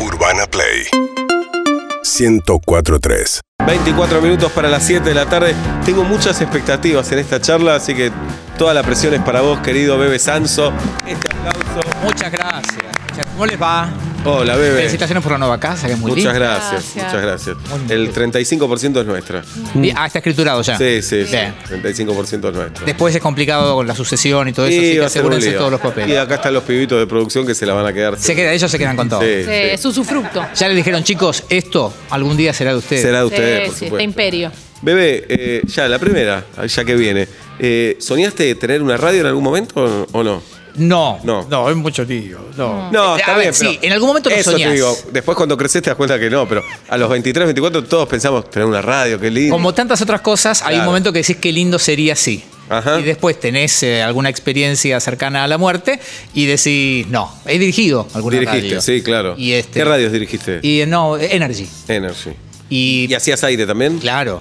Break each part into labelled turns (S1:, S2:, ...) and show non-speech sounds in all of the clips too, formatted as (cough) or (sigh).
S1: Urbana Play 1043.
S2: 24 minutos para las 7 de la tarde. Tengo muchas expectativas en esta charla, así que toda la presión es para vos, querido Bebe Sanso. Este aplauso.
S3: Muchas gracias. Muchas- ¿Cómo les va?
S2: Hola, Bebe.
S3: Felicitaciones por la nueva casa, que es muy
S2: Muchas
S3: linda.
S2: gracias,
S4: Gracias.
S2: muchas gracias.
S3: Muy
S2: El
S3: bien.
S2: 35% es nuestra. Sí,
S3: Y- Ah, está escriturado ya.
S2: sí, sí.
S3: Bien.
S2: 35% es nuestro.
S3: Después es complicado con la sucesión y todo eso, así
S2: Y
S3: que
S2: va a ser un
S3: asegúrense
S2: lío.
S3: todos los
S2: Y
S3: papeles.
S2: acá están los pibitos de producción que se la van a quedar.
S3: Se queda, ellos se quedan con todo.
S2: Sí,
S4: Sí,
S2: sí.
S4: es usufructo.
S3: Ya le dijeron, chicos, esto algún día será de ustedes.
S2: Será de
S4: Sí,
S2: ustedes, por
S4: sí, está
S2: supuesto.
S4: imperio.
S2: Bebé, eh, ya, la primera, ya que viene. Eh, ¿Soñaste tener una radio en algún momento o no?
S3: No. Mm. Este,
S2: No.
S5: No, es mucho lío. No.
S2: No,
S3: Eh, A
S2: está
S3: ver,
S2: bien,
S3: sí,
S2: pero
S3: en algún momento lo
S2: eso te
S3: soñás.
S2: digo, después cuando creces te das cuenta que no, pero a los 23, 24 todos pensamos tener una radio, qué lindo.
S3: Como tantas otras cosas, hay un
S2: Claro.
S3: momento que decís qué lindo sería así.
S2: Ajá.
S3: Y después tenés eh, alguna experiencia cercana a la muerte y decís, no, he dirigido alguna
S2: dirigiste,
S3: radio.
S2: sí, claro.
S3: Y este,
S2: ¿Qué radios dirigiste?
S3: Y eh, no, Energy.
S2: Energy.
S3: Y,
S2: ¿Y hacías aire también?
S3: claro,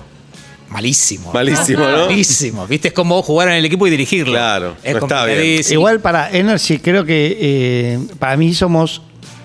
S3: malísimo.
S2: Malísimo, ¿no?
S3: Malísimo. Viste, es como jugar en el equipo y dirigirlo.
S2: Claro,
S3: es
S2: no está bien.
S3: complicadísimo.
S5: Igual para Energy, creo que eh, para mí somos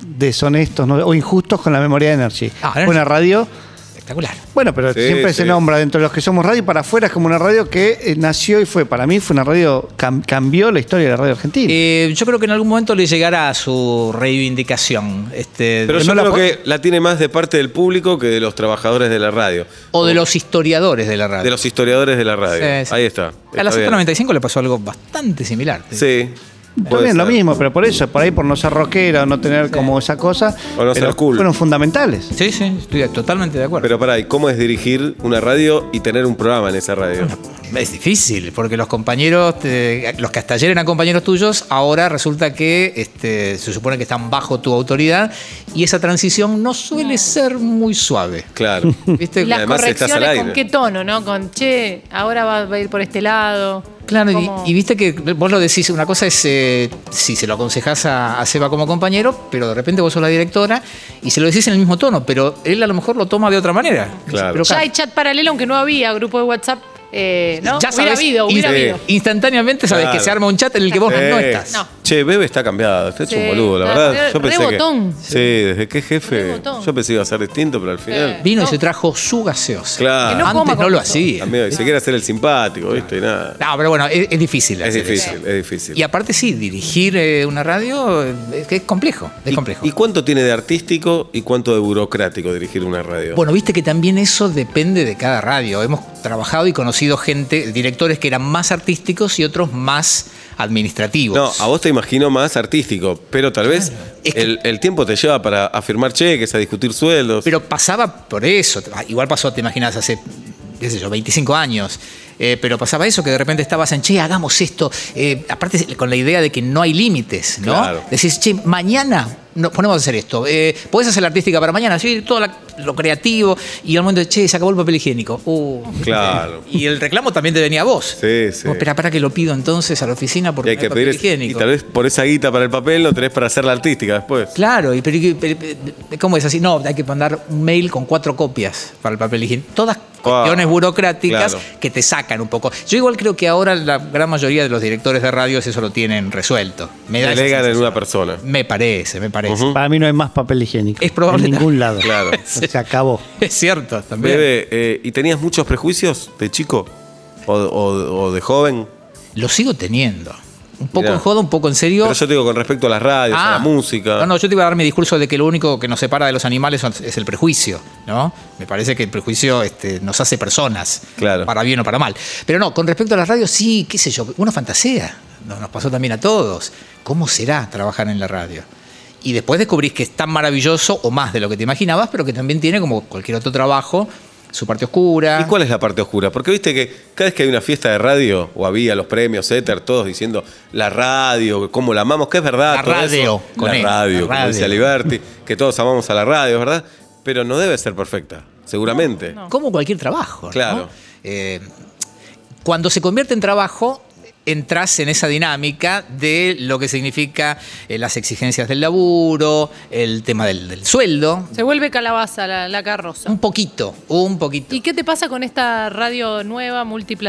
S5: deshonestos ¿no? o injustos con la memoria de Energy.
S3: Ah, Energy.
S5: Una radio.
S3: Espectacular.
S5: Bueno, pero
S2: Sí,
S5: siempre se
S2: sí.
S5: nombra dentro de los que somos radio y para afuera es como una radio que eh, nació y fue. Para mí fue una radio cam- cambió la historia de la radio argentina.
S3: Eh, yo creo que en algún momento le llegará a su reivindicación. Este,
S2: Pero
S3: de-
S2: yo
S5: no la
S2: creo
S5: po-
S2: que la tiene más de parte del público que de los trabajadores de la radio.
S3: o de los historiadores de la radio.
S2: De los historiadores de la radio.
S3: Sí, sí.
S2: Ahí está.
S3: A
S2: Está
S3: la
S2: bien.
S3: 195 le pasó algo bastante similar.
S2: Sí. puede
S5: También lo
S2: ser.
S5: mismo, pero por eso, por ahí por no ser rockera o no tener como esa cosa,
S2: O no
S5: pero
S2: ser cool.
S5: fueron fundamentales.
S3: Sí, sí, estoy totalmente de acuerdo.
S2: Pero pará, ¿y cómo es dirigir una radio y tener un programa en esa
S3: (laughs)
S2: radio?
S3: es difícil, porque los compañeros, te- los que hasta ayer eran compañeros tuyos, ahora resulta que este, se supone que están bajo tu autoridad y esa transición no suele ser muy suave.
S2: Claro.
S3: ¿Viste?
S4: Y las
S2: además estás al
S4: correcciones
S2: aire.
S4: con qué tono, ¿no? Con che, ahora va, va a ir por este lado.
S3: Claro, y,
S4: Como-
S3: y viste que vos lo decís, una cosa es eh, si se lo aconsejás a, a Seba como compañero, pero de repente vos sos la directora y se lo decís en el mismo tono, pero él a lo mejor lo toma de otra manera.
S2: Claro.
S3: Pero,
S4: Ya hay chat paralelo, aunque no había grupo de WhatsApp. eh, ¿no?
S3: ya
S4: hubiera
S3: sabés,
S4: habido, hubiera
S3: inst-
S4: habido.
S3: instantáneamente sabes
S2: Claro.
S3: que se arma un chat en el que vos
S2: Eh,
S3: no estás.
S4: No.
S2: Che, Bebe está cambiada, está hecho
S4: Sí,
S2: un boludo, la
S4: está
S2: verdad.
S4: re-
S2: yo
S4: re
S2: pensé que-
S4: botón.
S2: Sí, desde qué
S4: Re
S2: jefe.
S4: botón.
S2: Yo pensé que iba a ser distinto, pero al final.
S4: Sí.
S3: Vino y
S4: No.
S3: se trajo su gaseosa.
S2: Claro.
S4: Que no
S3: Antes
S4: coma
S3: no
S4: con
S3: lo
S4: eso.
S3: hacía.
S2: Amigo, y se quiere hacer el simpático, ¿viste? Y nada.
S3: No, pero bueno, es, es difícil.
S2: Es
S3: hacer eso.
S2: difícil, es difícil.
S3: Y aparte sí, dirigir eh, una radio eh, es, es complejo, es
S2: ¿Y-
S3: complejo.
S2: ¿Y cuánto tiene de artístico y cuánto de burocrático dirigir una radio?
S3: Bueno, viste que también eso depende de cada radio. Hemos trabajado y conocido gente, directores que eran más artísticos y otros más administrativos.
S2: No, a vos te imagino más artístico, pero tal vez
S3: Es que-
S2: el, el tiempo te lleva para a firmar cheques, a discutir sueldos.
S3: Pero pasaba por eso. Ah, Igual pasó, te imaginas, hace, qué sé yo, 25 años. Eh, pero pasaba eso, que de repente estabas en, che, hagamos esto. Eh, aparte, con la idea de que no hay límites, ¿no?
S2: Claro.
S3: Decís, che, mañana nos ponemos a hacer esto. Eh, ¿Podés hacer la artística para mañana? Sí, todo la- lo creativo. Y al momento, che, se acabó el papel higiénico. Uh.
S2: Claro.
S3: Y el reclamo también te venía a vos.
S2: Sí, sí.
S3: Como, espera, para que lo pido entonces a la oficina
S2: Y
S3: porque
S2: hay
S3: no
S2: que
S3: hay papel
S2: pedir. es- Y
S3: higiénico.
S2: tal vez por esa guita para el papel lo tenés para hacer la artística después.
S3: Claro, y pero, pero- pero- ¿cómo es así? No, hay que mandar un mail con cuatro copias para el papel higiénico. Todas cuestiones burocráticas
S2: Ah, claro.
S3: que te sacan un poco. Yo igual creo que ahora la gran mayoría de los directores de radios eso lo tienen resuelto. Me da esa
S2: Delegan en
S3: sensación.
S2: una persona.
S3: Me parece, me parece.
S2: Ujú.
S5: Para mí no hay más papel higiénico.
S3: Es probable
S5: En ningún lado.
S2: Claro.
S5: (laughs)
S3: (laughs)
S5: Se acabó.
S3: (laughs) Es cierto también.
S2: Bebe, eh, ¿y tenías muchos prejuicios de chico? ¿O, o- o de joven?
S3: Lo sigo teniendo. Un poco
S2: Mirá.
S3: en joda, un poco en serio.
S2: Pero yo te digo con respecto a las radios, a la
S3: Ah.
S2: música.
S3: No, no, yo te iba a dar mi discurso de que lo único que nos separa de los animales son- es el prejuicio, ¿no? Me parece que el prejuicio este, nos hace personas,
S2: Claro.
S3: para bien o para mal. Pero no, con respecto a las radios, sí, qué sé yo, uno fantasea, nos, nos pasó también a todos. ¿Cómo será trabajar en la radio? Y después descubrís que es tan maravilloso o más de lo que te imaginabas, pero que también tiene, como cualquier otro trabajo, su parte oscura.
S2: ¿Y cuál es la parte oscura? Porque viste que cada vez que hay una fiesta de radio, o había los premios, Éter, todos diciendo la radio, cómo la amamos, que es verdad.
S3: La
S2: todo eso.
S3: radio, con
S2: la
S3: E,
S2: radio,
S3: la
S2: como dice
S3: radio.
S2: Aliberti, que todos amamos a la radio, ¿verdad? Pero no debe ser perfecta, seguramente.
S3: como cualquier trabajo. ¿no?
S2: Claro.
S3: Eh, cuando se convierte en trabajo, entras en esa dinámica de lo que significa eh, las exigencias del laburo, el tema del, del sueldo.
S4: Se vuelve calabaza la, la carroza.
S3: Un poquito, un poquito.
S4: ¿Y qué te pasa con esta radio nueva,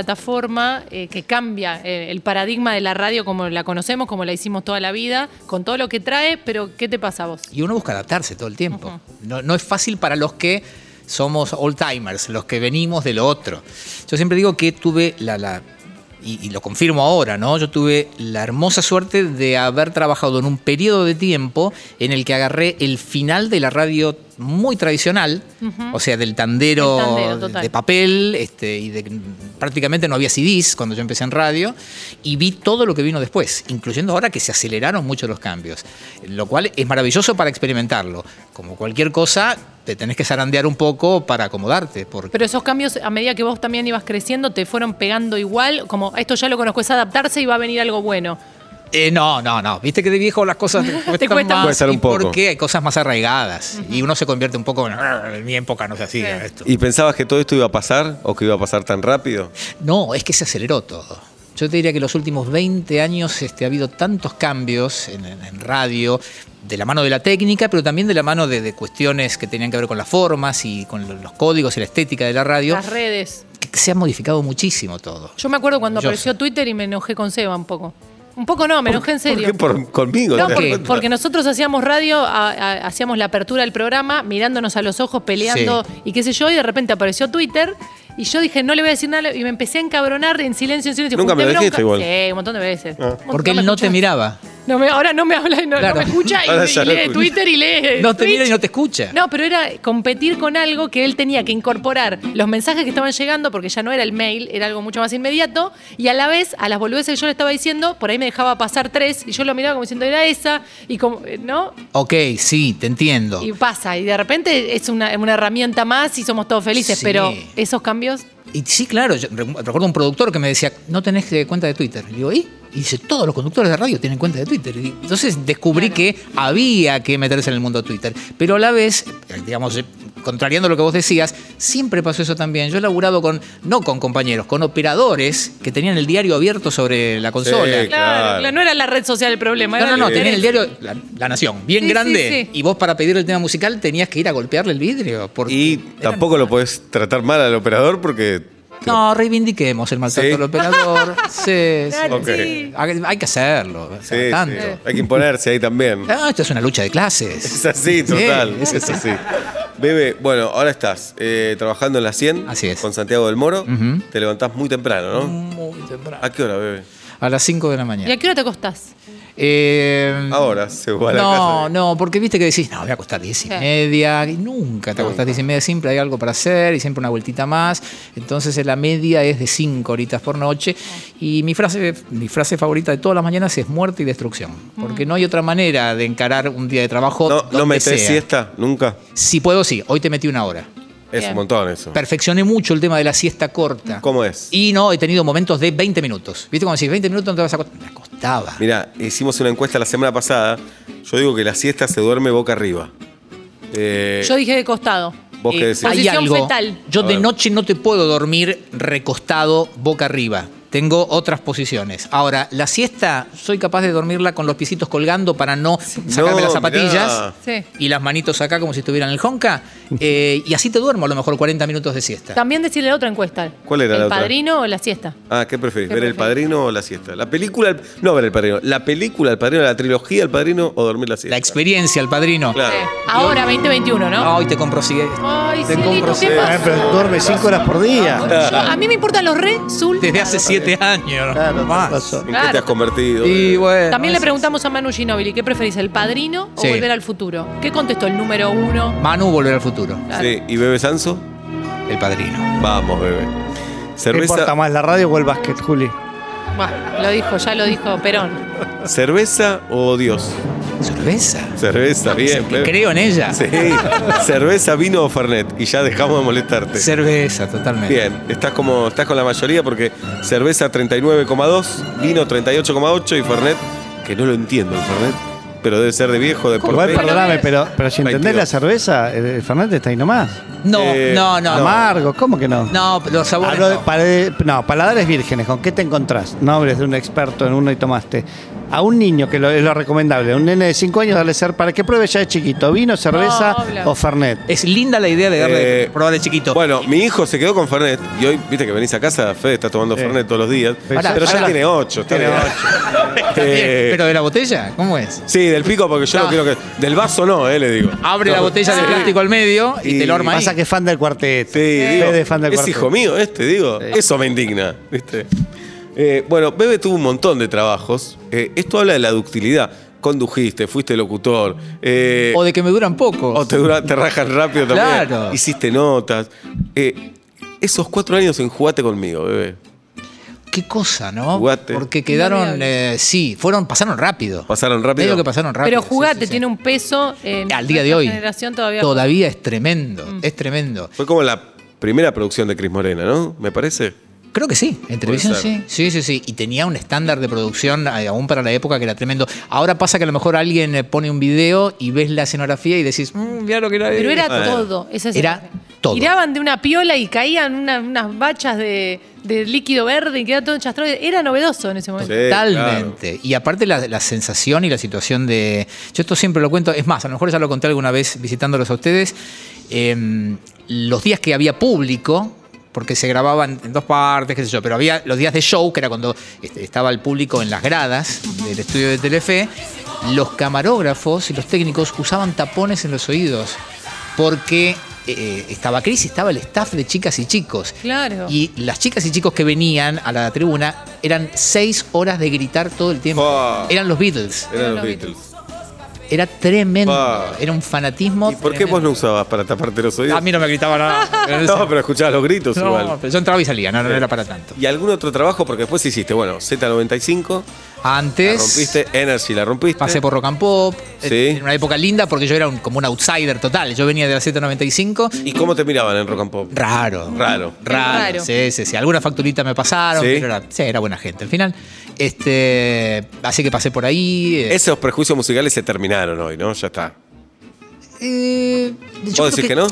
S4: multiplataforma, eh, que cambia eh, el paradigma de la radio como la conocemos, como la hicimos toda la vida, con todo lo que trae, pero ¿qué te pasa a vos?
S3: Y uno busca adaptarse todo el tiempo. no, no es fácil para los que somos old timers, los que venimos de lo otro. Yo siempre digo que tuve la. la- y, y lo confirmo ahora, ¿no? Yo tuve la hermosa suerte de haber trabajado en un periodo de tiempo en el que agarré el final de la radio muy tradicional, o sea, del tandero,
S4: El tandero, total.
S3: de papel, este, y de, prácticamente no había CDs cuando yo empecé en radio, y vi todo lo que vino después, incluyendo ahora que se aceleraron mucho los cambios, lo cual es maravilloso para experimentarlo. Como cualquier cosa, te tenés que zarandear un poco para acomodarte, porque
S4: Pero esos cambios, a medida que vos también ibas creciendo, te fueron pegando igual, como "A esto ya lo conozco, es adaptarse y va a venir algo bueno.
S3: Eh, no, no, no. Viste que de viejo las
S4: (laughs)
S3: cosas te cuestan
S4: cuesta
S3: más.
S4: más.
S2: Cuestan un
S3: y
S2: poco.
S3: Porque hay cosas más arraigadas. Y uno se convierte un poco en. "Arr, En mi época no se hacía
S4: Sí.
S3: esto.
S2: ¿Y pensabas que todo esto iba a pasar o que iba a pasar tan rápido?
S3: No, es que se aceleró todo. Yo te diría que los últimos 20 años este, ha habido tantos cambios en, en- en radio, de la mano de la técnica, pero también de la mano de, de cuestiones que tenían que ver con las formas y con lo- los códigos y la estética de la radio,
S4: Las redes.
S3: que se ha modificado muchísimo todo.
S4: Yo me acuerdo cuando
S3: Maravilloso.
S4: apareció Twitter y me enojé con Seba un poco. Un poco no, me enojé en serio.
S2: ¿Por qué por- conmigo?
S4: No,
S2: ¿Te das
S4: porque,
S2: cuenta?
S4: porque nosotros hacíamos radio, a- a- hacíamos la apertura del programa, mirándonos a los ojos, peleando
S3: Sí.
S4: y qué sé yo, y de repente apareció Twitter y yo dije, no le voy a decir nada, y me empecé a encabronar en silencio, en silencio.
S2: Nunca
S4: junté
S2: me lo dijiste
S4: bronca.
S2: igual. Ah.
S4: Sí, un montón de veces. Un montón,
S3: Porque
S4: me
S3: él no te
S4: escuchás.
S3: miraba.
S4: No me- ahora no me habla, y no, no
S3: Claro.
S4: me escucha y,
S2: Ahora
S4: y
S2: ya no
S4: lee
S2: escucha.
S4: Twitter y lee.
S3: No te
S4: Twitch.
S3: mira y no te escucha.
S4: No, pero era competir con algo que él tenía que incorporar los mensajes que estaban llegando, porque ya no era el mail, era algo mucho más inmediato, y a la vez, a las boludeces que yo le estaba diciendo, por ahí me dejaba pasar tres, y yo lo miraba como diciendo, era esa, y como, eh, ¿no?
S3: Ok, sí, te entiendo.
S4: Y pasa, y de repente es una, una herramienta más y somos todos felices,
S3: Sí.
S4: pero esos cambios,
S3: Y sí, claro, yo recu- recuerdo un productor que me decía, no tenés eh, cuenta de Twitter. Y digo, ¿y? Y dice, todos los conductores de radio tienen cuenta de Twitter. Y digo, entonces descubrí que había que meterse en el mundo Twitter. Pero a la vez, eh, digamos, eh, contrariando lo que vos decías, siempre pasó eso también. Yo he laburado con, no con compañeros, con operadores que tenían el diario abierto sobre la consola.
S2: Sí, Claro.
S4: claro, claro, no era la red social el problema.
S3: No,
S4: era
S3: no, no,
S4: el
S3: tenían el
S4: interés.
S3: diario La, La Nación, bien
S4: Sí, sí,
S3: grande.
S4: sí.
S3: Y vos para pedir el tema musical tenías que ir a golpearle el vidrio. porque
S2: Y
S3: eran-
S2: tampoco lo podés tratar mal al operador porque.
S3: No, reivindiquemos el maltrato
S2: Sí. (laughs)
S3: del operador. Sí, sí.
S4: Claro,
S2: Ok.
S4: sí.
S3: Hay hay que hacerlo,
S2: Sí,
S3: cada tanto.
S2: sí, Hay que imponerse ahí también.
S3: Ah, esto es una lucha de clases.
S2: Es así, total.
S3: Sí,
S2: es así. Bebe, bueno, ahora estás eh, trabajando en la 100
S3: Así es. Mm.
S2: con Santiago del Moro. Te levantás muy temprano, ¿no?
S3: Muy temprano.
S2: ¿A qué hora, bebé?
S3: A las 5 de la
S4: ¿Y a
S3: mañana.
S4: qué hora te acostás?
S3: Eh,
S2: Ahora se va Ah, a la
S3: no,
S2: casa.
S3: no, porque viste que decís, no, voy a acostar 10 y
S4: Sí.
S3: media, y nunca te acostás 10 y media, siempre hay algo para hacer y siempre una vueltita más. Entonces eh, la media es de 5 horitas por noche.
S4: Ah.
S3: Y mi frase, mi frase favorita de todas las mañanas es muerte y destrucción. Porque no hay otra manera de encarar un día de trabajo.
S2: No,
S3: donde
S2: no metés
S3: sea.
S2: siesta nunca.
S3: Si puedo, sí. Hoy te metí una hora.
S2: Es
S4: Bien.
S2: un montón eso.
S3: Perfeccioné mucho el tema de la siesta corta.
S2: ¿Cómo es?
S3: Y no, he tenido momentos de 20 minutos. ¿Viste cuando decís 20 minutos no te vas a acostar? Me acostaba.
S2: Mirá, hicimos una encuesta la semana pasada. Yo digo que la siesta se duerme boca arriba. Eh,
S4: Yo dije de costado.
S2: ¿Vos qué
S3: Eh,
S2: decís?
S3: Hay
S4: Posición
S3: algo.
S4: fetal.
S3: Yo
S2: A
S3: de
S2: ver.
S3: noche no te puedo dormir recostado boca arriba. Tengo otras posiciones. Ahora, la siesta soy capaz de dormirla con los pisitos colgando para no sacarme
S2: No,
S3: las zapatillas
S2: mirá.
S4: Sí.
S3: y las manitos acá como si estuvieran en el honka. Eh, y así te duermo a lo mejor 40 minutos de siesta.
S4: También decirle la otra encuesta.
S2: ¿Cuál era
S4: ¿El
S2: la otra?
S4: padrino o la siesta?
S2: Ah, ¿qué preferís?
S4: ¿Qué
S2: ¿Ver el
S4: preferís?
S2: padrino o la siesta? La película, el- no ver el padrino. La película, el padrino, la trilogía, el padrino o dormir la siesta.
S3: La experiencia, el padrino.
S2: Claro.
S4: Sí. Ahora, 2021, ¿no?
S3: Hoy te compro sigue.
S4: Ay,
S3: te
S4: Cielito,
S3: compro
S4: ¿qué
S3: sigue-
S5: Ah,
S4: pasa?
S5: pero duerme cinco horas por día.
S4: Yo- a mí me importan los resultados.
S3: Desde hace 7 años.
S5: Claro, te
S3: más.
S5: pasó.
S2: ¿En qué
S4: Claro.
S2: te has convertido?
S3: Y
S2: Eh,
S3: bueno,
S4: También le
S3: es-
S4: preguntamos a Manu Ginóbili, ¿qué preferís, el padrino
S3: Sí.
S4: o volver al futuro? ¿Qué contestó el número uno?
S3: Manu volver al futuro,
S2: Sí, ¿y bebe Sanso?
S3: el padrino.
S2: Vamos, bebé.
S5: ¿Qué importa
S2: Cerveza,
S5: más, la radio o el básquet, Juli?
S4: Bah, lo dijo, ya lo dijo Perón.
S2: cerveza o Dios.
S3: Cerveza.
S2: Cerveza, bien, bebé.
S3: Creo en ella.
S2: Sí. Cerveza, vino o Fernet. Y ya dejamos de molestarte.
S3: Cerveza, totalmente.
S2: Bien, estás como estás con la mayoría porque cerveza 39,2, vino 38,8 y Fernet, que no lo entiendo el Fernet, pero debe ser de viejo, de
S4: ¿Cómo?
S5: Igual,
S4: Bueno,
S2: porteño.
S5: perdóname,
S4: es-
S5: pero, pero si entendés
S2: 22.
S5: la cerveza, eh, Fernández está ahí nomás.
S3: No,
S2: Eh,
S3: no, no.
S5: Amargo, ¿cómo que no?
S3: No, los sabores.
S5: Hablo de
S3: no.
S5: palade- no, paladares vírgenes, ¿con qué te encontrás? No hables de un experto en uno y tomaste. A un niño, que lo- es lo recomendable, a un nene de 5 años, darle ser para que pruebe ya de chiquito, vino, cerveza
S4: habla.
S5: o Fernet.
S3: Es linda la idea de darle
S2: Eh,
S3: probar de chiquito.
S2: Bueno, mi hijo se quedó con Fernet y hoy, viste que venís a casa, Fede está tomando
S5: Sí.
S2: Fernet todos los días.
S5: Pero
S2: pero
S3: ya-
S2: ya
S3: pará.
S2: tiene ocho, está
S5: Tiene
S2: bien.
S3: (laughs) Está bien,
S2: Eh,
S3: pero de la botella, ¿cómo es?
S2: Sí, del pico porque yo no,
S3: No.
S2: quiero que. Del vaso no, eh, le digo.
S3: Abre la
S2: No.
S3: botella de plástico al medio y,
S2: Y
S3: te lo arma ahí.
S5: Pasa que es fan del cuarteto.
S2: Sí, digo,
S5: Fede es fan del
S2: es
S5: cuarteto.
S2: hijo mío este, digo. Eso me indigna, ¿viste? Eh, bueno, Bebe tuvo un montón de trabajos. Eh, esto habla de la ductilidad. Condujiste, fuiste locutor. eh,
S3: O de que me duran poco.
S2: o te, dura- te rajan rápido también.
S3: Claro.
S2: Hiciste notas. Eh, esos cuatro años enjugaste conmigo, Bebe.
S3: Qué cosa, ¿no?
S2: Jugate.
S3: Porque quedaron, eh, sí, fueron, pasaron rápido.
S2: Pasaron rápido.
S3: Medio que pasaron rápido.
S4: Pero jugate,
S3: sí, sí, sí.
S4: tiene un peso. En
S3: Al día de
S4: nuestra
S3: hoy.
S4: generación todavía. Mm.
S3: es tremendo, es tremendo.
S2: Fue como la primera producción de Cris Morena, ¿no? Me parece.
S3: Creo que sí, en televisión
S2: ser.
S3: sí. Sí, sí, sí. Y tenía un estándar de producción, eh, aún para la época, que era tremendo. Ahora pasa que a lo mejor alguien eh, pone un video y ves la escenografía y decís, mmm, mira lo que era.
S4: Pero era
S2: Bueno.
S4: todo. esa es
S3: Era todo.
S4: Tiraban de una piola y caían una- unas bachas de, de líquido verde y quedaba todo enchastrado. Era novedoso en ese momento.
S2: Sí,
S3: Totalmente. Y aparte la, la sensación y la situación de... Yo esto siempre lo cuento, es más, a lo mejor ya lo conté alguna vez visitándolos a ustedes, em, los días que había público, porque se grababan en dos partes, qué sé yo, pero había los días de show, que era cuando este, estaba el público en las gradas del estudio de Telefe, los camarógrafos y los técnicos usaban tapones en los oídos, porque... eh, estaba Cris y estaba el staff de chicas y chicos.
S4: Claro.
S3: Y las chicas y chicos que venían a la tribuna eran seis horas de gritar todo el tiempo.
S2: Fua.
S3: Eran los Beatles.
S2: Eran
S4: Eran
S2: los
S4: los
S2: Beatles.
S3: Era tremendo.
S2: Fua.
S3: Era un fanatismo.
S2: ¿Y por qué vos no usabas para taparte los oídos? (laughs)
S3: A mí no me gritaban nada.
S2: No, pero escuchabas los gritos
S3: No,
S2: igual.
S3: pero yo entraba y salía, no, no era para tanto.
S2: ¿Y algún otro trabajo? Porque después hiciste, bueno, Z95, la
S3: Antes
S2: rompiste, Energy la rompiste.
S3: pasé por Rock and Pop.
S2: Sí.
S3: eh, En una época linda porque yo era un- como un outsider total. Yo venía de la Z95.
S2: ¿Y cómo te miraban en Rock and Pop?
S3: Raro.
S2: Raro.
S3: Raro,
S4: Raro.
S3: Sí, sí, sí. Algunas facturitas me pasaron,
S2: Sí.
S3: pero era, sí, era buena gente. Al final, este, así que pasé por ahí. eh,
S2: Esos prejuicios musicales se terminaron hoy, ¿no? Ya está.
S3: Eh, yo creo
S2: ¿Vos decís que, no?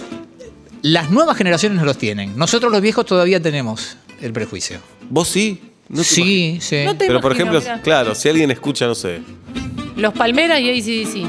S3: Las nuevas generaciones no los tienen. Nosotros los viejos todavía tenemos el prejuicio.
S2: ¿Vos sí? No te imagino.
S3: sí, sí.
S4: No te-
S2: Pero por
S4: imagino,
S2: ejemplo,
S4: mirá.
S2: claro, si alguien escucha, no sé,
S4: Los Palmeras y ACDC.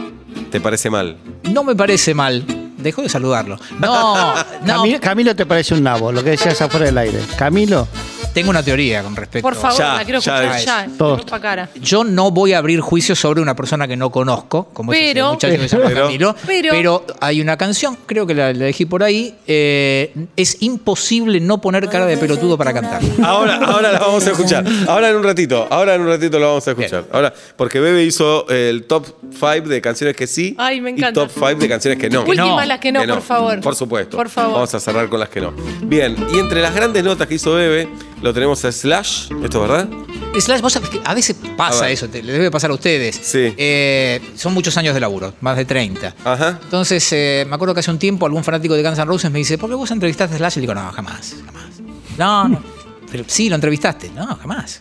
S2: te parece mal.
S3: No me parece mal. Dejo de saludarlo.
S4: (laughs)
S3: No, no.
S5: Cami- Camilo te parece un nabo, lo
S3: (laughs)
S5: que decías afuera del aire. Camilo,
S3: Tengo una teoría con respecto.
S4: Por favor,
S2: Ya,
S4: la quiero
S2: ya
S4: escuchar
S2: es.
S4: ya.
S5: Todos.
S4: ropa cara.
S3: Yo no voy a abrir juicio sobre una persona que no conozco, como es ese
S4: Pero-
S3: muchacho que se llama
S2: Pero-
S3: Camilo.
S4: Pero-
S3: Pero, hay una canción, creo que la, la dejé por ahí. eh, es imposible no poner cara de pelotudo para cantar.
S2: Ahora, ahora la vamos a escuchar. Ahora en un ratito, ahora en un ratito la vamos a escuchar. Ahora, porque Bebe hizo el top 5 de canciones que sí
S4: Ay, me encanta.
S2: y top 5 de canciones que no.
S4: Últimas las que no,
S2: Que
S4: por favor.
S2: Por supuesto.
S4: Por favor. (laughs)
S2: Vamos a cerrar con las que no. Bien, y entre las grandes notas que hizo Bebe, lo tenemos a Slash, ¿esto es verdad?
S3: Slash, vos sabés que a veces
S2: A
S3: pasa
S2: ver.
S3: eso, te- le debe pasar a ustedes.
S2: Sí.
S3: Eh, son muchos años de laburo, más de 30.
S2: Ajá.
S3: Entonces, eh, me acuerdo que hace un tiempo algún fanático de Guns N' Roses me dice, ¿por qué vos entrevistaste a Slash? Y le digo, no, jamás, jamás. No, (laughs) no. Pero sí, lo entrevistaste. No, jamás.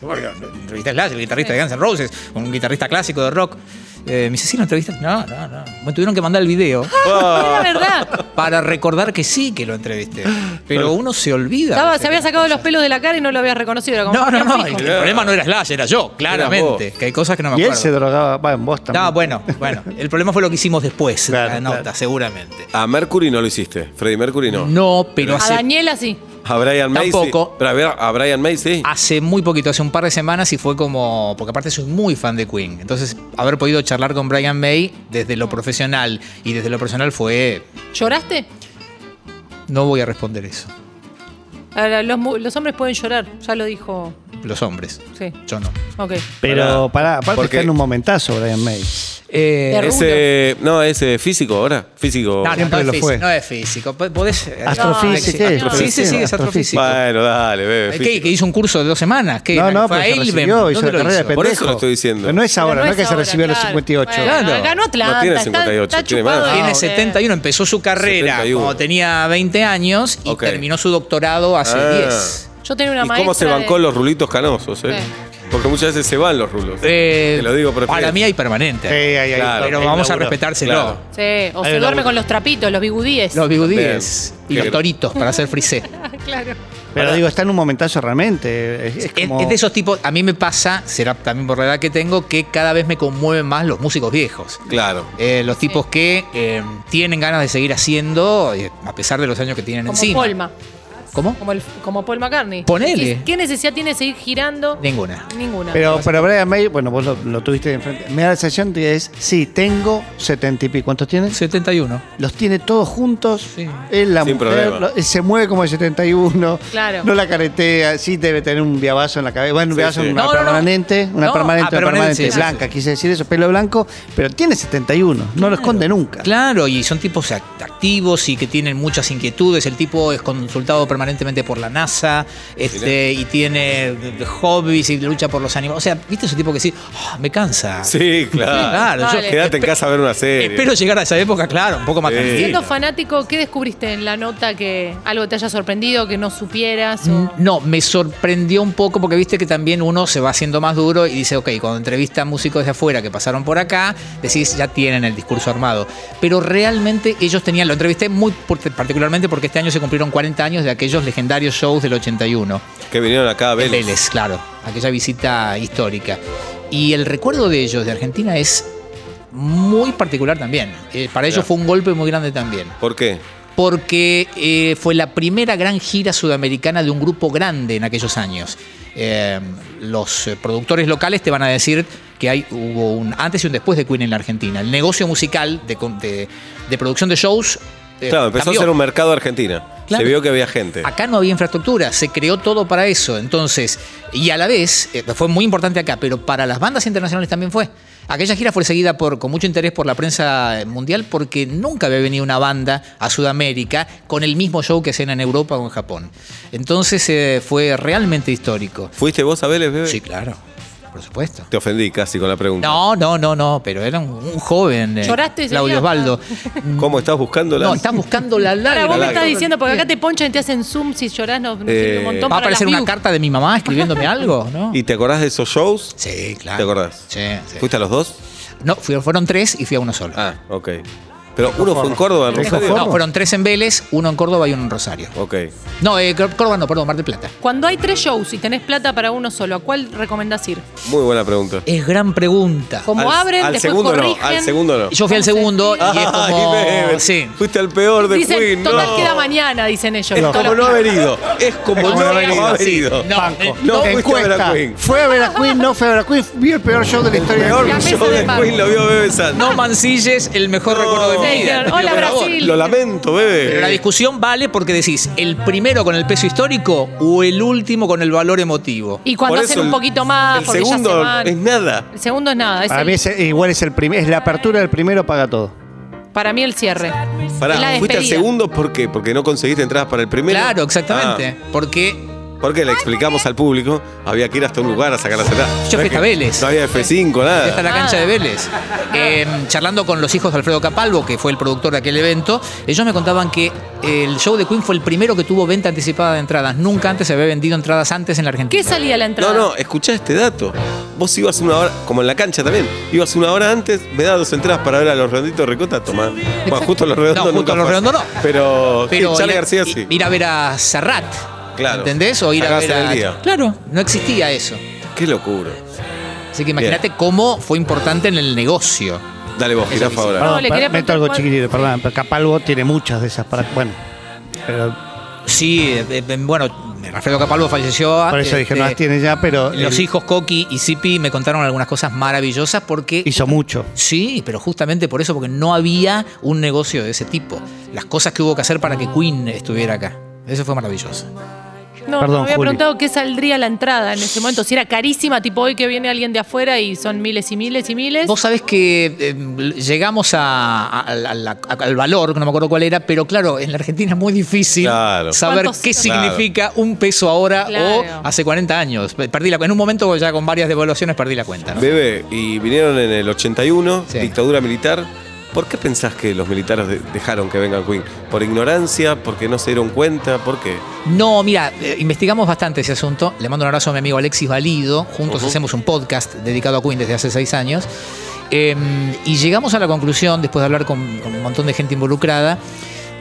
S3: Entrevisté a Slash, el guitarrista de Guns N' Roses, un guitarrista clásico de rock. Eh, me dice, sí, lo entrevistaste. No, no, no. Me tuvieron que mandar el (laughs) video
S4: Era
S2: (laughs)
S4: verdad.
S3: para recordar que sí que lo (laughs) entrevisté. Pero uno se olvida.
S4: Estaba-
S3: de
S4: se había
S3: esas
S4: sacado
S3: cosas.
S4: los pelos de la cara y no lo había reconocido. Era como,
S3: No, no, no.
S4: "Qué
S3: El,
S4: fijo".
S3: el problema no era Slash, era yo, claramente.
S2: vos.
S3: que hay cosas que no me
S5: y
S3: acuerdo.
S5: él se drogaba, va, en vos también.
S3: no, bueno, bueno. El problema fue lo que hicimos después,
S5: Claro,
S3: la nota,
S5: claro.
S3: seguramente.
S2: A Mercury no lo hiciste, Freddie Mercury no.
S3: No, pero
S4: A
S3: hace,
S4: Daniela sí.
S2: A Brian May sí.
S3: Tampoco. Ah,
S2: Pero a, ver, a Brian May sí.
S3: hace muy poquito, hace un par de semanas, y fue como. Porque aparte soy muy fan de Queen. Entonces, haber podido charlar con Brian May desde lo profesional y desde lo personal fue.
S4: ¿Lloraste?
S3: No voy a responder eso.
S4: Ahora, los, mu- los hombres pueden llorar, ya lo dijo.
S3: Los hombres.
S4: Sí.
S3: Yo no.
S4: Ok.
S5: Pero pará, aparte
S2: Porque-
S5: está en un momentazo Brian May.
S3: Eh,
S4: Te
S2: Ese, no, ese físico ahora, físico.
S3: no, no,
S5: Siempre
S3: no
S5: lo
S3: es
S5: fue.
S3: físico, no es físico. Po- Podés. eh,
S5: Astrofísica,
S4: no,
S3: Sí, sí, sí, es
S5: astrofísica.
S3: astrofísico.
S2: bueno, dale, Bebe.
S3: ¿Qué?
S2: físico.
S3: ¿Que hizo un curso de dos semanas? ¿Qué?
S5: No, no,
S3: ¿Fue
S5: pero
S3: a
S5: se
S3: Eilben?
S5: recibió, hizo
S3: ¿Dónde
S5: la
S3: lo
S5: carrera de pendejo.
S2: Por eso lo estoy diciendo.
S5: Pero no es ahora, no,
S4: Pero
S5: es que se
S4: ahora,
S5: recibió a los
S4: claro.
S5: 58.
S4: Bueno,
S3: Claro.
S4: Ganó Atlanta.
S2: No tiene
S4: está-
S2: 58,
S4: está
S2: tiene
S4: chupado
S2: más.
S4: de-
S3: Tiene
S4: de-
S3: 71, empezó su carrera
S2: 71.
S3: cuando tenía 20 años y
S2: Ok.
S3: terminó su doctorado hace
S2: Ah.
S3: 10.
S4: Yo tenía una
S2: ¿Y cómo se
S4: maestra
S2: bancó
S4: de-
S2: los rulitos canosos? Eh?
S4: Sí.
S2: Porque muchas veces se van los rulos.
S3: Eh,
S2: Te lo digo, pero
S3: Para mí hay permanente.
S5: Sí, hay- hay-
S2: Claro.
S3: pero
S5: hay
S3: vamos a
S5: laburo.
S3: respetárselo.
S2: Claro.
S4: Sí, o
S5: Hay
S4: se
S5: una
S4: duerme
S5: buena.
S4: con los trapitos, los bigudíes.
S3: Los bigudíes y
S2: Bien.
S3: los
S2: Qué-
S3: toritos para hacer frisé.
S4: (laughs) claro.
S5: Pero digo, está en un momentazo realmente. (laughs) Es, es
S3: Es,
S5: como-
S3: es de esos tipos, a mí me pasa, será también por la edad que tengo, que cada vez me conmueven más los músicos viejos.
S2: Claro.
S3: Eh, los tipos que eh, tienen ganas de seguir haciendo, eh, a pesar de los años que tienen
S4: Como
S3: encima.
S4: Polma.
S3: ¿Cómo?
S4: Como, el- como Paul McCartney.
S3: Ponele.
S4: ¿Qué, qué necesidad tiene de seguir girando?
S3: Ninguna.
S4: Ninguna.
S5: Pero, pero Brian May, bueno, vos lo, lo tuviste de enfrente. Me da la sensación de que es, sí, tengo 70 y pico. ¿Cuántos tienes?
S3: 71.
S5: Los tiene todos juntos.
S3: Sí.
S5: Él, la
S2: Sin
S5: mujer,
S2: problema.
S5: lo- él se mueve como de 71.
S4: Claro.
S5: No la caretea. Sí, debe tener un viabazo en la cabeza. Bueno, un
S2: Sí,
S5: viabazo,
S2: sí.
S5: una
S3: No, no, no.
S5: permanente. Una
S3: No,
S5: permanente,
S3: ah, permanente,
S5: una permanente.
S3: sí, sí,
S5: Blanca,
S3: sí.
S5: quise decir eso. Pelo blanco, pero tiene 71. No lo esconde nunca.
S3: Claro, y son tipos act- activos y que tienen muchas inquietudes. El tipo es consultado permanentemente por la NASA este, y tiene eh, hobbies y lucha por los animales. O sea, ¿viste ese tipo que sí? "Ah, me cansa?
S2: Sí, claro.
S3: claro. yo-
S4: Vale.
S2: Quédate en casa a ver una serie.
S3: Espero llegar a esa época, claro, un poco más
S2: Sí.
S3: tranquilo.
S4: Siendo fanático, ¿qué descubriste en la nota que algo te haya sorprendido, que no supieras?
S3: Mm,
S4: O...
S3: No, me sorprendió un poco porque viste que también uno se va haciendo más duro y dice, ok, cuando entrevista a músicos de afuera que pasaron por acá, decís, ya tienen el discurso armado. Pero realmente ellos tenían, lo entrevisté muy por- particularmente porque este año se cumplieron 40 años de aquellos legendarios shows del 81.
S2: Que vinieron acá a
S3: Vélez.
S2: Vélez.
S3: claro, aquella visita histórica. Y el recuerdo de ellos de Argentina es muy particular también. Eh, para ellos
S2: Claro.
S3: fue un golpe muy grande también
S2: ¿Por qué?
S3: porque eh, fue la primera gran gira sudamericana de un grupo grande en aquellos años. Eh, los eh, productores locales te van a decir que hay, hubo un antes y un después de Queen en la Argentina. El negocio musical de, con- de- de producción de shows. eh,
S2: Claro, empezó
S3: cambió.
S2: a ser un mercado argentina.
S3: Claro.
S2: Se vio que había gente.
S3: Acá no había infraestructura, se creó todo para eso. Entonces, y a la vez, eh, fue muy importante acá, pero para las bandas internacionales también fue. Aquella gira fue seguida por, con mucho interés por la prensa eh, mundial porque nunca había venido una banda a Sudamérica con el mismo show que hacían en Europa o en Japón. Entonces eh, fue realmente histórico.
S2: ¿Fuiste vos a Vélez, bebé?
S3: Sí, claro, por supuesto.
S2: Te ofendí casi con la pregunta.
S3: No, no, no, no, pero era un, un joven, eh,
S4: Lloraste ese
S3: Claudio
S4: día.
S3: Osvaldo.
S2: ¿Cómo estás buscándola?
S3: No, están buscando la
S4: Ahora vos me
S2: Claro.
S4: estás
S3: lágrima.
S4: diciendo, porque acá te ponchan y te hacen zoom si llorás, no, no sirve un
S2: Eh,
S4: montón.
S3: ¿Va a
S4: para las
S3: aparecer una
S4: views.
S3: carta de mi mamá escribiéndome
S4: (laughs)
S3: algo? ¿no?
S2: ¿Y te acordás de esos shows?
S3: Sí, claro.
S2: ¿Te acordás?
S3: Sí, sí.
S2: ¿Fuiste a los dos?
S3: No, fui- fueron tres y fui a uno solo.
S2: Ah, ok. Pero uno fue en Córdoba, en
S5: Rico
S2: Rosario.
S3: No, fueron tres en Vélez, uno en Córdoba y uno en Rosario.
S2: Ok.
S3: No, eh, Cor- Córdoba no, perdón, Mar del Plata.
S4: Cuando hay tres shows y tenés plata para uno solo, ¿a cuál recomendás ir?
S2: Muy buena pregunta.
S3: Es gran pregunta.
S4: Como
S2: al,
S4: abren,
S2: al
S4: después
S2: segundo
S4: corrigen.
S2: no, al segundo no.
S3: Yo fui al
S4: ¿Cómo
S3: segundo y
S4: se
S3: es como...
S2: (laughs) Ay, Bebe,
S3: sí.
S2: Fuiste al peor de
S4: Dicen,
S2: Queen,
S4: total
S2: no.
S4: queda mañana, dicen ellos.
S2: Es
S4: Todos
S2: como
S4: los
S2: no haber
S4: días.
S2: ido. Es como no haber ido.
S3: No,
S5: Banco.
S3: eh,
S2: No fuiste a ver a
S5: Encuesta.
S2: Queen.
S5: Fue a ver a Queen, no fue a ver a Queen. Vio el peor show de la historia.
S2: Peor
S4: La mesa
S2: show
S4: de
S2: de
S4: pan.
S2: Queen lo vio Bebe Sanz.
S3: No mancilles el mejor recuerdo de mi
S4: Sí,
S3: vida.
S4: claro.
S3: te pido
S4: Hola,
S3: por favor.
S4: Brasil.
S2: Lo lamento,
S3: Pero la
S2: Bebe.
S3: discusión vale porque decís, ¿el primero con el peso histórico o el último con el valor emotivo?
S4: Y cuando
S2: Por
S4: hacen
S2: eso
S4: un
S2: el-
S4: poquito más,
S2: El
S4: porque ya
S2: segundo
S4: se van.
S2: es nada.
S4: El segundo es nada. es
S5: Para
S4: el-
S5: mí es, igual es el primer, es la apertura del primero paga todo.
S4: para mí el cierre. Es la
S2: Pará, ¿fuiste al
S4: despedida.
S2: segundo por qué? Porque no conseguiste entradas para el primero.
S3: Claro, exactamente. Porque
S2: Ah, porque le explicamos al público, había que ir hasta un lugar a sacar las entradas. No
S3: Yo fui
S2: es que-
S3: a Vélez.
S2: No había F5,
S3: Está
S2: nada.
S3: la cancha de Vélez. Eh, charlando con los hijos de Alfredo Capalvo, que fue el productor de aquel evento, ellos me contaban que el show de Queen fue el primero que tuvo venta anticipada de entradas. Nunca antes se había vendido entradas antes en la Argentina.
S4: ¿Qué salía a la
S2: No,
S4: entrada?
S2: no, escuchá este dato. Vos ibas una hora, como en la cancha también, ibas una hora antes, me das dos entradas para ver a los redonditos ricota, tomá. Bueno, justo los redondos
S3: No, justo
S2: nunca
S3: los
S2: fue.
S3: redondos no.
S2: Pero, sí,
S3: Pero
S2: Charlie
S3: ir-
S2: García
S3: i-
S2: sí.
S3: ir a ver a Serrat.
S2: Claro.
S3: ¿Entendés? O ir a
S2: Sacabas
S3: ver
S2: en
S3: a.
S2: el día.
S3: Claro, no existía eso.
S2: Qué locura.
S3: Así que imagínate cómo fue importante en el negocio.
S2: Dale vos,
S3: Esa
S2: Girafa
S3: visita.
S2: ahora.
S5: Perdón,
S4: le
S5: pa-
S4: quería
S5: meto
S4: preguntar
S5: algo
S4: cuál-
S5: chiquitito, perdón, pero Capalvo tiene muchas de esas para. Bueno, pero
S3: Sí, eh, eh, bueno, Alfredo Capalvo
S2: Ah,
S3: falleció.
S5: por
S2: eh,
S5: eso dije,
S3: este,
S5: no las tiene ya, pero
S3: Los
S5: él
S3: hijos Coqui y Zipi me contaron algunas cosas maravillosas porque
S5: hizo mucho.
S3: Sí, pero justamente por eso, porque no había un negocio de ese tipo. Las cosas que hubo que hacer para que Queen estuviera acá. Eso fue maravilloso.
S4: No,
S5: Perdón,
S4: me había
S5: Juli.
S4: preguntado qué saldría la entrada en ese momento. Si era carísima, tipo hoy que viene alguien de afuera y son miles y miles y miles.
S3: Vos sabés que eh, llegamos a- a- a la- a- al valor, que no me acuerdo cuál era, pero claro, en la Argentina es muy difícil
S2: Claro.
S3: saber
S4: ¿Cuántos-
S3: qué
S2: Claro.
S3: significa un peso ahora
S4: Claro.
S3: o hace 40 años. Perdí la, en un momento ya con varias devaluaciones perdí la cuenta. ¿no?
S2: Bebe, y vinieron en el 81,
S3: Sí.
S2: dictadura militar. ¿Por qué pensás que los militares de- dejaron que venga Queen? ¿Por ignorancia? ¿Porque no se dieron cuenta? ¿Por qué?
S3: No, mira, eh, investigamos bastante ese asunto. Le mando un abrazo a mi amigo Alexis Valido. Juntos
S2: Ujú.
S3: hacemos un podcast dedicado a Queen desde hace seis años. Eh, y llegamos a la conclusión, después de hablar con, con un montón de gente involucrada,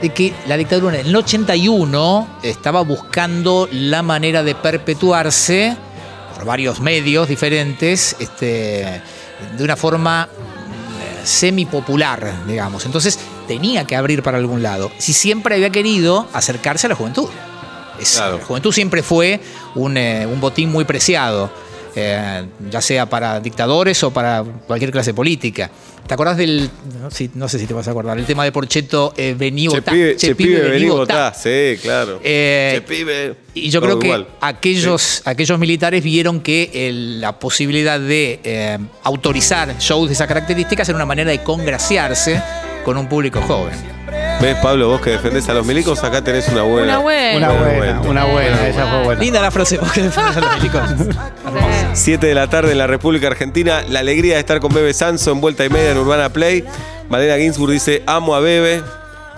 S3: de que la dictadura en el 81 estaba buscando la manera de perpetuarse por varios medios diferentes, este, de una forma eh, semi-popular, digamos. Entonces tenía que abrir para algún lado. Si siempre había querido acercarse a la juventud. Es-
S2: Claro.
S3: La juventud siempre fue un, eh, un botín muy preciado, eh, ya sea para dictadores o para cualquier clase política. ¿Te acordás del, no, sé- no sé si te vas a acordar, el tema de Porcheto, eh,
S2: Che
S3: vení votá,
S2: pibe,
S3: che
S2: che
S3: pibe,
S2: pibe,
S3: vení
S2: vení
S3: votá?
S2: votá. Sí, claro.
S3: Eh,
S2: che pibe.
S3: Y yo
S2: Todo
S3: creo que
S2: igual.
S3: aquellos, aquellos militares vieron que el- la posibilidad de eh, autorizar shows de esas características era una manera de congraciarse con un público joven.
S2: ¿Ves, Pablo, vos que defendés a los milicos? Acá tenés una buena.
S4: Una buena.
S5: Una
S2: Bueno,
S5: buena,
S2: bueno.
S5: una buena, esa fue buena.
S3: Linda la frase, vos que defendés a los milicos.
S2: 7 de la tarde en la República Argentina. La alegría de estar con Bebe Sanso en vuelta y media en Urbana Play. Malena Ginsburg dice: Amo a Bebe.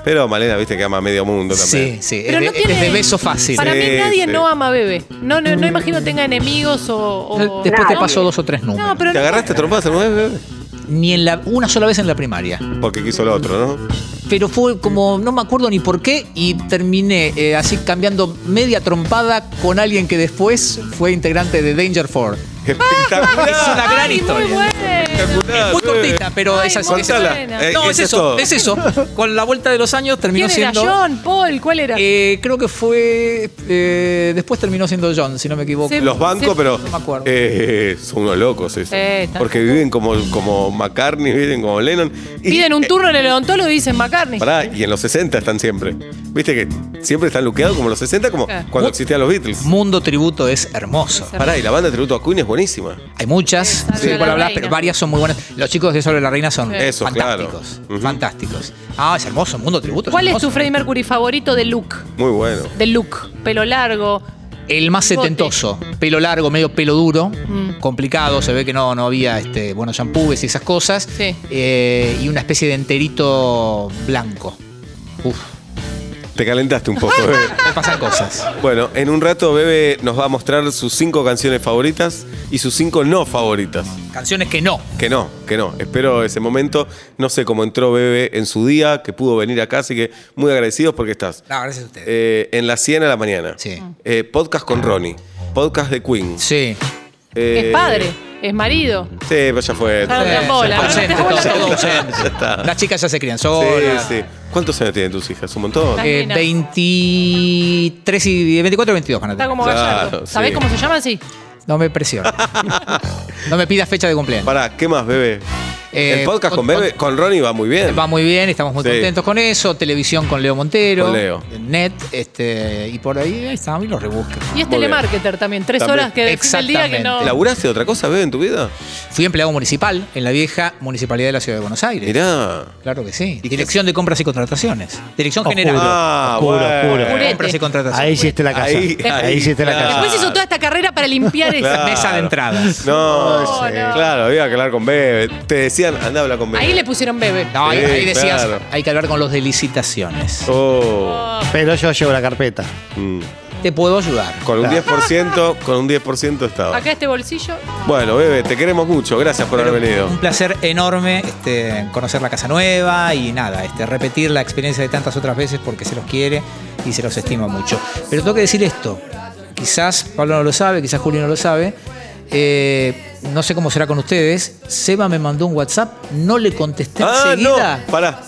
S2: Pero Malena, viste que ama a medio mundo
S3: (laughs) Sí,
S2: también.
S3: sí.
S4: Pero
S3: es,
S4: no
S3: de, es
S4: tiene-
S3: de beso fácil.
S4: Para mí
S2: Sí,
S4: nadie
S2: sí.
S4: no ama a Bebe. No, no, no imagino tenga enemigos o. o-
S3: Después te
S4: No.
S3: paso dos o tres números.
S4: No, pero
S2: ¿Te
S4: no-
S2: agarraste trompadas alguna vez, Bebe?
S3: Ni en la, una sola vez en la primaria.
S2: Porque quiso el otro, ¿no?
S3: Pero fue como, no me acuerdo ni por qué, y terminé eh, así cambiando media trompada con alguien que después fue integrante de Danger Four.
S2: Espectacular.
S3: Es una gran
S4: Ay,
S3: historia.
S4: muy buena.
S2: Espectacular,
S3: Muy
S2: Bebe.
S3: cortita, pero
S4: Ay,
S3: es así.
S4: muy
S3: es así.
S2: Contala.
S4: buena.
S2: Eh,
S3: No, es eso,
S2: todo.
S3: es eso. Con la vuelta de los años terminó
S4: ¿Quién era?
S3: siendo.
S4: John, Paul, ¿cuál era?
S3: eh, creo que fue. eh, después terminó siendo John, si no me equivoco.
S4: Sí.
S2: Los bancos, pero
S3: No me acuerdo.
S2: eh, son unos locos eso.
S4: Sí, está.
S2: Porque viven como, como McCartney, viven como Lennon. Y,
S4: Piden un
S2: eh,
S4: turno en el odontólogo y dicen McCartney.
S2: pará, y en los 60 están siempre. Viste que siempre están luqueados como los 60, como
S4: Claro.
S2: cuando
S3: Mu-
S2: existían los Beatles.
S3: Mundo Tributo es hermoso.
S2: Pará, y la banda de tributo a Queen es buenísima.
S3: Hay muchas, no
S4: Sobre
S3: sé de
S4: la
S3: cuál hablas,
S4: Reina.
S3: pero varias son muy buenas. Los chicos de Sobre la Reina son
S4: Sí.
S2: Eso, claro.
S3: fantásticos.
S2: Ujú.
S3: Fantásticos. Ah, es hermoso, Mundo Tributo.
S4: ¿Cuál es
S3: hermoso.
S4: tu Freddie Mercury favorito de look?
S2: Muy bueno.
S4: De look. Pelo largo.
S3: El más
S4: Bigote.
S3: setentoso. Pelo largo, medio pelo duro.
S4: Mm.
S3: Complicado, se ve que no, no había este, buenos shampoos y esas cosas.
S4: Sí.
S3: Eh, y una especie de enterito blanco. Uf,
S2: Te calentaste un poco, bebé.
S4: (laughs)
S3: me pasan cosas.
S2: Bueno, en un rato Bebe nos va a mostrar sus cinco canciones favoritas y sus cinco no favoritas.
S3: Canciones que no.
S2: Que no, que no. Espero ese momento. No sé cómo entró Bebe en su día, que pudo venir acá, así que muy agradecidos porque estás
S3: No, gracias a ustedes.
S2: eh, en las 100 a la mañana.
S3: Sí.
S2: Eh, podcast con Ronnie. Podcast de Queen.
S3: Sí.
S2: Eh,
S4: Es padre. Es marido.
S2: Sí, pero ya fue.
S4: Ah,
S3: Eh,
S4: gran bola.
S3: ausente, todo, todo ausente.
S2: Ya está.
S3: Las chicas ya se crían
S2: Sí,
S3: solas.
S2: sí. ¿Cuántos años tienen tus hijas? ¿Un montón?
S4: Las
S3: Eh,
S4: nenas.
S3: 23 y 24 y 22 van a
S4: Está
S3: tener.
S4: como
S2: Claro,
S4: gallardo. ¿Sabés
S2: sí.
S4: cómo se llama así?
S3: No
S2: (laughs)
S3: me presiones. no me pidas fecha de cumpleaños.
S2: Pará, ¿qué más, Bebe?
S3: Eh,
S2: El podcast con
S3: con-
S2: Bebe, con Ronnie va muy bien.
S3: Va muy bien, estamos muy
S2: Sí.
S3: contentos con eso. Televisión con Leo Montero.
S2: Con Leo.
S3: Net, este, y por ahí están y los rebusques.
S4: Y es
S2: Muy bien.
S4: telemarketer también. Tres
S2: También.
S4: horas que define el día que no.
S3: Exactamente.
S2: ¿Laburaste de otra cosa, Bebe, en tu vida?
S3: Fui empleado municipal en la vieja Municipalidad de la Ciudad de Buenos Aires.
S2: Mirá.
S3: Claro que sí. Dirección de compras y contrataciones. Dirección
S5: Oscuro.
S3: general.
S2: Ah,
S5: Oscuro,
S2: bueno.
S5: oscuro.
S3: de
S4: Purete.
S3: compras y contrataciones.
S5: Ahí hiciste la casa.
S2: Ahí,
S5: Ahí,
S2: ahí,
S5: hiciste la
S2: claro.
S5: casa.
S4: Después hizo toda esta carrera para limpiar esa
S2: Claro.
S4: mesa.
S3: Mesa de
S2: (laughs)
S3: entradas.
S2: No,
S4: No,
S2: sí.
S4: no.
S2: claro, había que hablar con Bebe. Te decían, anda a hablar con Bebe.
S4: Ahí le pusieron bebé.
S3: No, ahí,
S2: Sí,
S3: ahí decías,
S2: claro.
S3: hay que hablar con los de licitaciones.
S2: Oh.
S5: Pero yo llevo la carpeta.
S2: Mm.
S3: Te puedo ayudar.
S2: Con un
S5: Claro.
S2: 10%, con un 10% estaba.
S4: Acá este bolsillo.
S2: Bueno, Bebe, te queremos mucho. Gracias por haber venido.
S3: Un placer enorme este, conocer la casa nueva y nada, este, repetir la experiencia de tantas otras veces porque se los quiere y se los estima mucho. Pero tengo que decir esto, quizás Pablo no lo sabe, quizás Julio no lo sabe, eh, no sé cómo será con ustedes, Seba me mandó un WhatsApp, no le contesté
S2: Ah, no.
S3: enseguida
S2: Pará,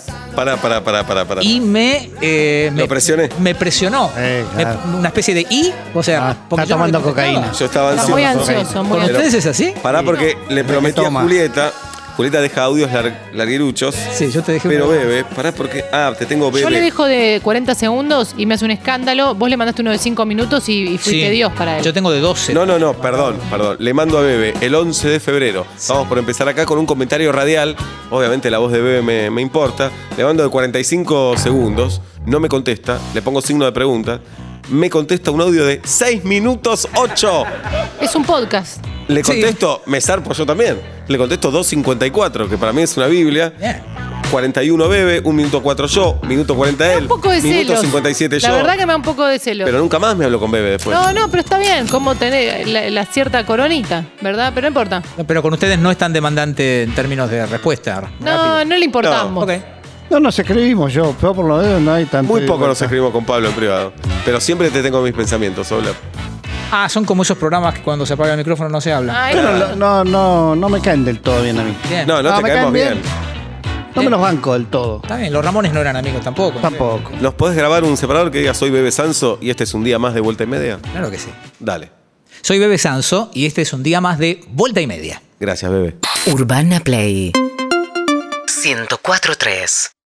S2: pará, pará, pará, pará. pará.
S3: y me, eh, me,
S2: Lo presioné.
S3: me presionó.
S5: Eh, claro.
S3: Me- una especie de y, o sea,
S5: Ah,
S3: porque
S5: está
S3: yo no le
S5: tomando
S3: contestaba.
S5: cocaína.
S2: Yo estaba
S4: Está
S2: ansioso.
S4: muy ansioso, muy
S3: ¿Con
S4: ansioso.
S3: ustedes es así?
S2: Pará porque le prometí a
S5: Toma.
S2: Julieta. Julieta deja audios lar- larguiruchos.
S3: Sí, yo te dejé
S2: Pero
S3: una-
S2: Bebe, pará porque. Ah, te tengo Bebe.
S4: Yo le dejo de 40 segundos y me hace un escándalo. Vos le mandaste uno de 5 minutos y, y fuiste
S3: Sí.
S4: Dios para él.
S3: Yo tengo de 12.
S2: No, no, no, perdón, perdón. Le mando a Bebe el 11 de febrero. Vamos por empezar acá con un comentario radial. Obviamente la voz de Bebe me, me importa. Le mando de 45 segundos. No me contesta. Le pongo signo de pregunta. Me contesta un audio de 6 minutos 8.
S4: Es un podcast.
S2: Le
S3: Sí.
S2: contesto, me zarpo yo también. Le contesto 2.54, que para mí es una Biblia.
S3: Bien.
S2: 41 Bebe, 1 minuto 4 yo, minuto 40 él,
S4: un poco de
S2: minuto
S4: celos.
S2: 57 yo.
S4: La verdad que me da un poco de celos.
S2: Pero nunca más me hablo con Bebe después.
S4: no, no, pero está bien, como tener la, la cierta coronita, ¿verdad? Pero no importa.
S3: No, Pero con ustedes no es tan demandante en términos de respuesta.
S4: No, no le importamos.
S3: Ok.
S5: No nos escribimos yo, pero por lo menos no hay tanto.
S2: Muy poco nos
S5: libertad.
S2: escribimos con Pablo en privado. Pero siempre te tengo mis pensamientos, Oblap.
S4: Eh.
S3: Ah, son como esos programas que cuando se apaga el micrófono no se habla.
S4: Ay,
S5: Pero lo- no, no, no me caen del todo bien a mí.
S3: Bien.
S2: No, no,
S5: Ah,
S2: te
S5: me
S2: caemos
S5: caen
S2: bien.
S5: bien. No me los banco del todo.
S3: Está bien, los Ramones no eran amigos tampoco.
S5: Tampoco.
S2: ¿Nos podés grabar un separador que diga soy Bebe Sanso y este es un día más de vuelta y media?
S3: Claro que sí.
S2: Dale.
S3: Soy Bebe Sanso y este es un día más de Vuelta y Media.
S2: Gracias, Bebe.
S1: Urbana Play 104.3